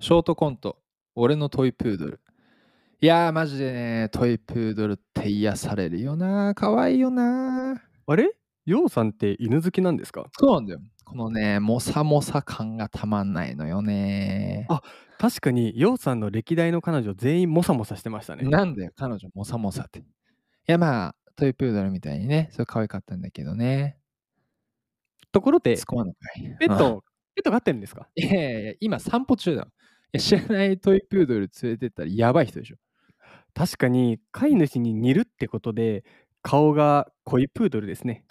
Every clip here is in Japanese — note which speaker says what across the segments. Speaker 1: ショートコント、俺のトイプードル。いやー、マジでね、トイプードルって癒されるよな、可愛いよな。
Speaker 2: あれようさんって犬好きなんですか
Speaker 1: そうなんだよ。このね、もさもさ感がたまんないのよね。
Speaker 2: あ確かにようさんの歴代の彼女全員モサモサしてましたね
Speaker 1: なんだよ、彼女、もさもさって。いや、まあ、トイプードルみたいにね、それ可愛かったんだけどね。
Speaker 2: ところで
Speaker 1: 突っ込まんのかい。
Speaker 2: ペッ
Speaker 1: うん
Speaker 2: トペット飼ってるんですか
Speaker 1: いやいやいや、今散歩中だわ。いや知らないトイプードル連れてったらやばい人でしょ。
Speaker 2: 確かに飼い主に似るってことで顔が濃いプードルですね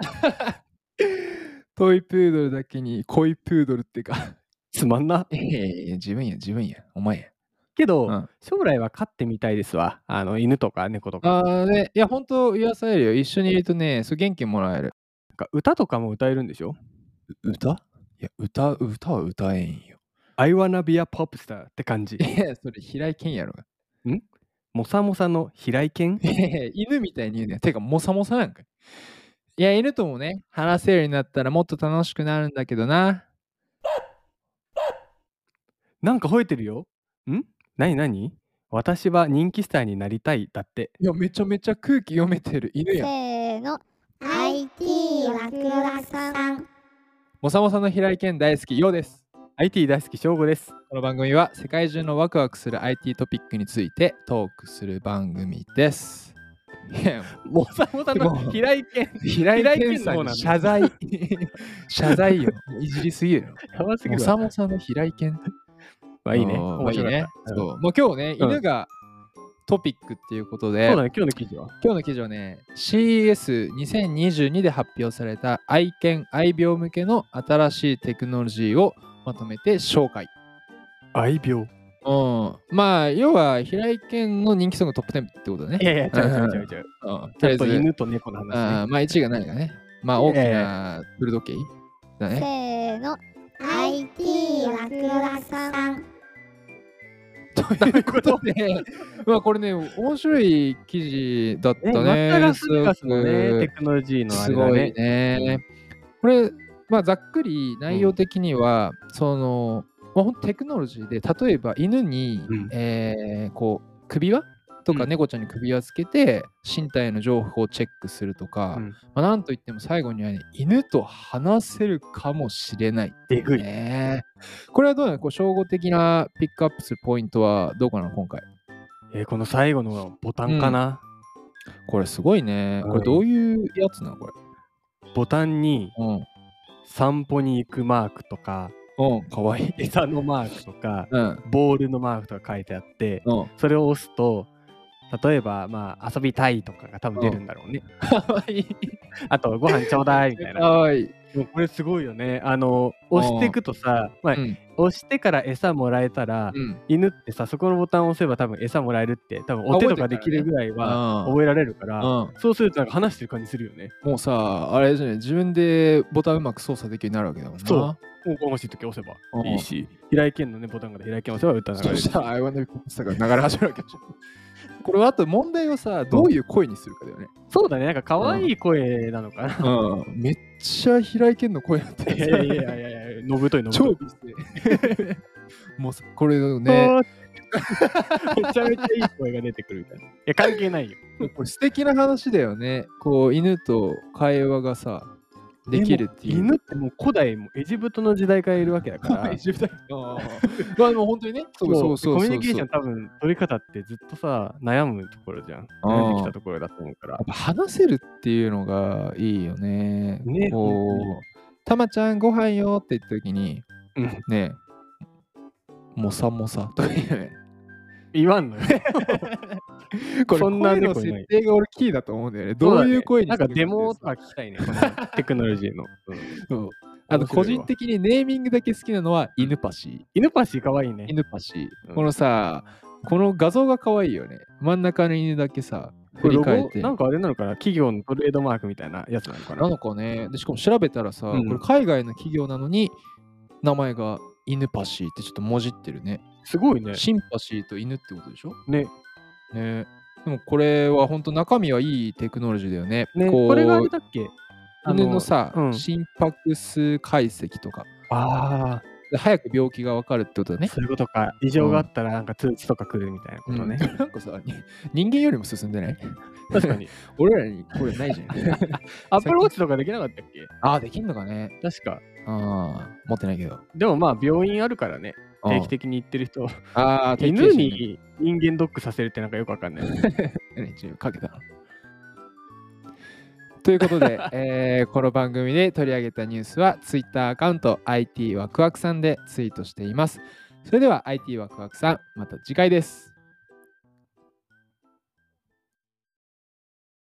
Speaker 1: トイプードルだけに恋プードルってか。
Speaker 2: つまんない
Speaker 1: やいやいや、自分や、自分や、お前や。
Speaker 2: けど、
Speaker 1: うん
Speaker 2: 将来は飼ってみたいですわあの犬とか猫とか
Speaker 1: ああね、いや、本当癒されるよ。一緒にいるとね、そう元気もらえる。
Speaker 2: なんか歌とかも歌えるんでしょ
Speaker 1: 歌いや、歌、歌は歌えんよ。
Speaker 2: I wanna be a pop star って感 じ
Speaker 1: いや、それ平井堅やろが。
Speaker 2: モサモサの平井犬
Speaker 1: いやいや犬みたいに言うね。てか、もさもさなんかい。いや、犬ともね、話せるようになったらもっと楽しくなるんだけどな。
Speaker 2: なんか吠えてるよん何何私は人気スターになりたいだって
Speaker 1: いや、めちゃめちゃ空気読めてる犬
Speaker 3: せ
Speaker 1: やん。
Speaker 3: ーの IT ワクワクさん
Speaker 1: もさもさの平井堅大好き、ようです。
Speaker 2: IT 大好き翔吾です
Speaker 1: この番組は世界中のワクワクする IT トピックについてトークする番組です。いや
Speaker 2: モサモサ
Speaker 1: もう
Speaker 2: の平井犬
Speaker 1: 平井
Speaker 2: 井
Speaker 1: 堅
Speaker 2: 堅
Speaker 1: さ
Speaker 2: さ
Speaker 1: ん
Speaker 2: ん
Speaker 1: に
Speaker 2: に
Speaker 1: 謝
Speaker 2: 謝
Speaker 1: 罪 謝罪よいじりすぎる よ
Speaker 2: やばすぎ
Speaker 1: も
Speaker 2: る
Speaker 1: さ
Speaker 2: わ
Speaker 1: もさの平井堅
Speaker 2: まあいいね
Speaker 1: まあ
Speaker 2: 面
Speaker 1: いい
Speaker 2: 白か
Speaker 1: ね
Speaker 2: ったうん
Speaker 1: そうもう今日ね
Speaker 2: うん
Speaker 1: 犬がトピックっていうことで、
Speaker 2: そうだね今日の記事は
Speaker 1: 今日の記事はね CES2022 で発表された愛犬愛病向けの新しいテクノロジーをまとめて紹介
Speaker 2: 愛病
Speaker 1: うん、まあ要は平井堅の人気ソングトップ10ってことだね
Speaker 2: いやいや違う違う違う違う
Speaker 1: うんと
Speaker 2: ち
Speaker 1: りあ
Speaker 2: ょ
Speaker 1: え
Speaker 2: っと
Speaker 1: ず
Speaker 2: 犬と猫の話
Speaker 1: あ
Speaker 2: ね
Speaker 1: ーまあ1位が何かねまあ大きなブルドッキーだ
Speaker 3: せ
Speaker 1: ね
Speaker 3: ーの IT ワクワクさん
Speaker 1: ということで、まあこれね、面白い記事だった
Speaker 2: ね
Speaker 1: ね。
Speaker 2: マッタガスカスの
Speaker 1: すご
Speaker 2: ね
Speaker 1: く
Speaker 2: テクノロジーのあ
Speaker 1: す
Speaker 2: れだ
Speaker 1: ごい
Speaker 2: ね
Speaker 1: ね。これ、まあざっくり内容的には、その、まあ、ほんとテクノロジーで、例えば犬に、
Speaker 2: うん
Speaker 1: えーこう、首輪とか
Speaker 2: うん
Speaker 1: 猫ちゃんに首輪つけて、身体の情報をチェックするとか、
Speaker 2: うん
Speaker 1: まあ、なんといっても最後にはね、犬と話せるかもしれない。
Speaker 2: でぐい
Speaker 1: ねこれはどうなのこう、称号的なピックアップするポイントはどうかな、今回。
Speaker 2: えーこの最後のボタンかな
Speaker 1: これすごいね。
Speaker 2: うん
Speaker 1: これどういうやつなのこれ。
Speaker 2: ボタンに
Speaker 1: うん。
Speaker 2: 散歩に行くマークとか
Speaker 1: うん、かわいい。
Speaker 2: 餌のマークとか
Speaker 1: うん。
Speaker 2: ボールのマークとか書いてあって
Speaker 1: うん。
Speaker 2: それを押すと例えばまあ遊びたいとかが多分出るんだろうね、
Speaker 1: かわいい。
Speaker 2: あとご飯ちょうだいみたい
Speaker 1: か
Speaker 2: な
Speaker 1: わいい。
Speaker 2: でもこれすごいよねあの押していくとさ、まあ
Speaker 1: うん。
Speaker 2: 押してから餌もらえたら、
Speaker 1: うん。
Speaker 2: 犬ってさそこのボタンを押せば多分餌もらえるって多分
Speaker 1: あ
Speaker 2: お手とか
Speaker 1: 覚え
Speaker 2: で
Speaker 1: て
Speaker 2: き
Speaker 1: る
Speaker 2: るぐらい
Speaker 1: う
Speaker 2: は
Speaker 1: ん
Speaker 2: 覚えられるから、
Speaker 1: う
Speaker 2: そうするとなんか話してる感じするよね
Speaker 1: ん、もうさ、あれじゃない、自分でボタンうまく操作できるようになるわけだもんな。
Speaker 2: そうおこがましい時押せば
Speaker 1: うん
Speaker 2: いいし平井堅のねボタンから平井堅押せば歌流れ
Speaker 1: そ
Speaker 2: る
Speaker 1: したら、I wanna be p o p s が流れ始めるわけでしょ。これはあと問題をさ、どういう声にするかだよね。
Speaker 2: そうだねなんか可愛い声なのかな、
Speaker 1: うん。めっちゃ平井堅の声なんて。
Speaker 2: いやいやいやいやいやのぶといのぶと
Speaker 1: 超
Speaker 2: い
Speaker 1: 美声。 もうさこれね、
Speaker 2: めちゃめちゃいい声が出てくるみたいな。いや、関係ないよ。
Speaker 1: これ素敵な話だよね。こう、犬と会話がさ、できるっていう。
Speaker 2: 犬ってもう古代もエジプトの時代からいるわけだか ら。
Speaker 1: エジプトまあでも本当 にね、そうそうそうそう。
Speaker 2: コミュニケーション多分取り方ってずっとさ、悩むところじゃん。悩んできたところだと思うから
Speaker 1: やっ。ぱ話せるっていうのがいいよね。
Speaker 2: ね
Speaker 1: こ
Speaker 2: 本当に
Speaker 1: う、たまちゃんご飯よって言った時に、
Speaker 2: うん
Speaker 1: ね、もさもさという。
Speaker 2: 言わん のよ。
Speaker 1: これ、
Speaker 2: そんな
Speaker 1: 声の
Speaker 2: 猫いない
Speaker 1: 設定が俺キーだと思うんだよね。どういう声に
Speaker 2: なんかデモ
Speaker 1: を
Speaker 2: とか聞きたいね。このテクノロジーの。うん
Speaker 1: あと個人的にネーミングだけ好きなのは犬パシー。
Speaker 2: 犬パシーかわいいね。
Speaker 1: 犬パシ
Speaker 2: う
Speaker 1: ー。
Speaker 2: ん
Speaker 1: このさ、この画像が可愛いよね。真ん中の犬だけさ、振り
Speaker 2: ロ
Speaker 1: 返っ
Speaker 2: ゴ
Speaker 1: て。
Speaker 2: なんかあれなのかな企業のトレードマークみたいなやつなのか
Speaker 1: な
Speaker 2: な
Speaker 1: のかね。でしかも調べたらさ、
Speaker 2: うん
Speaker 1: これ海外の企業なのに名前が犬パシーってちょっともじってるね。
Speaker 2: すごいね。
Speaker 1: シンパシーと犬ってことでしょ
Speaker 2: ね。
Speaker 1: ねでもこれは本当中身はいいテクノロジーだよね。
Speaker 2: ね
Speaker 1: こう
Speaker 2: これがあれだっけ
Speaker 1: 犬のさ、
Speaker 2: うん
Speaker 1: 心拍数解析とか、
Speaker 2: ああ。
Speaker 1: 早く病気が分かるってことだね。
Speaker 2: そういうことか、異常があったらなんか通知とか来るみたいなことね。
Speaker 1: うん なんかさ、に人間よりも進んでない
Speaker 2: 確かに。
Speaker 1: 俺らにこれないじゃん。
Speaker 2: アップルウォッチとかできなかったっけ
Speaker 1: ああ、できんのかね。
Speaker 2: 確か。
Speaker 1: ああ、持ってないけど。
Speaker 2: でもまあ、病院あるからね、
Speaker 1: うん
Speaker 2: 定期的に行ってる人、
Speaker 1: ああ、定期
Speaker 2: 犬
Speaker 1: 検診ね
Speaker 2: に人間ドックさせるってなんかよくわかんない。
Speaker 1: 一応かけたの。ということで、 えーこの番組で取り上げたニュースは Twitter アカウント IT ワクワクさんでツイートしています。それでは IT ワクワクさん、また次回です。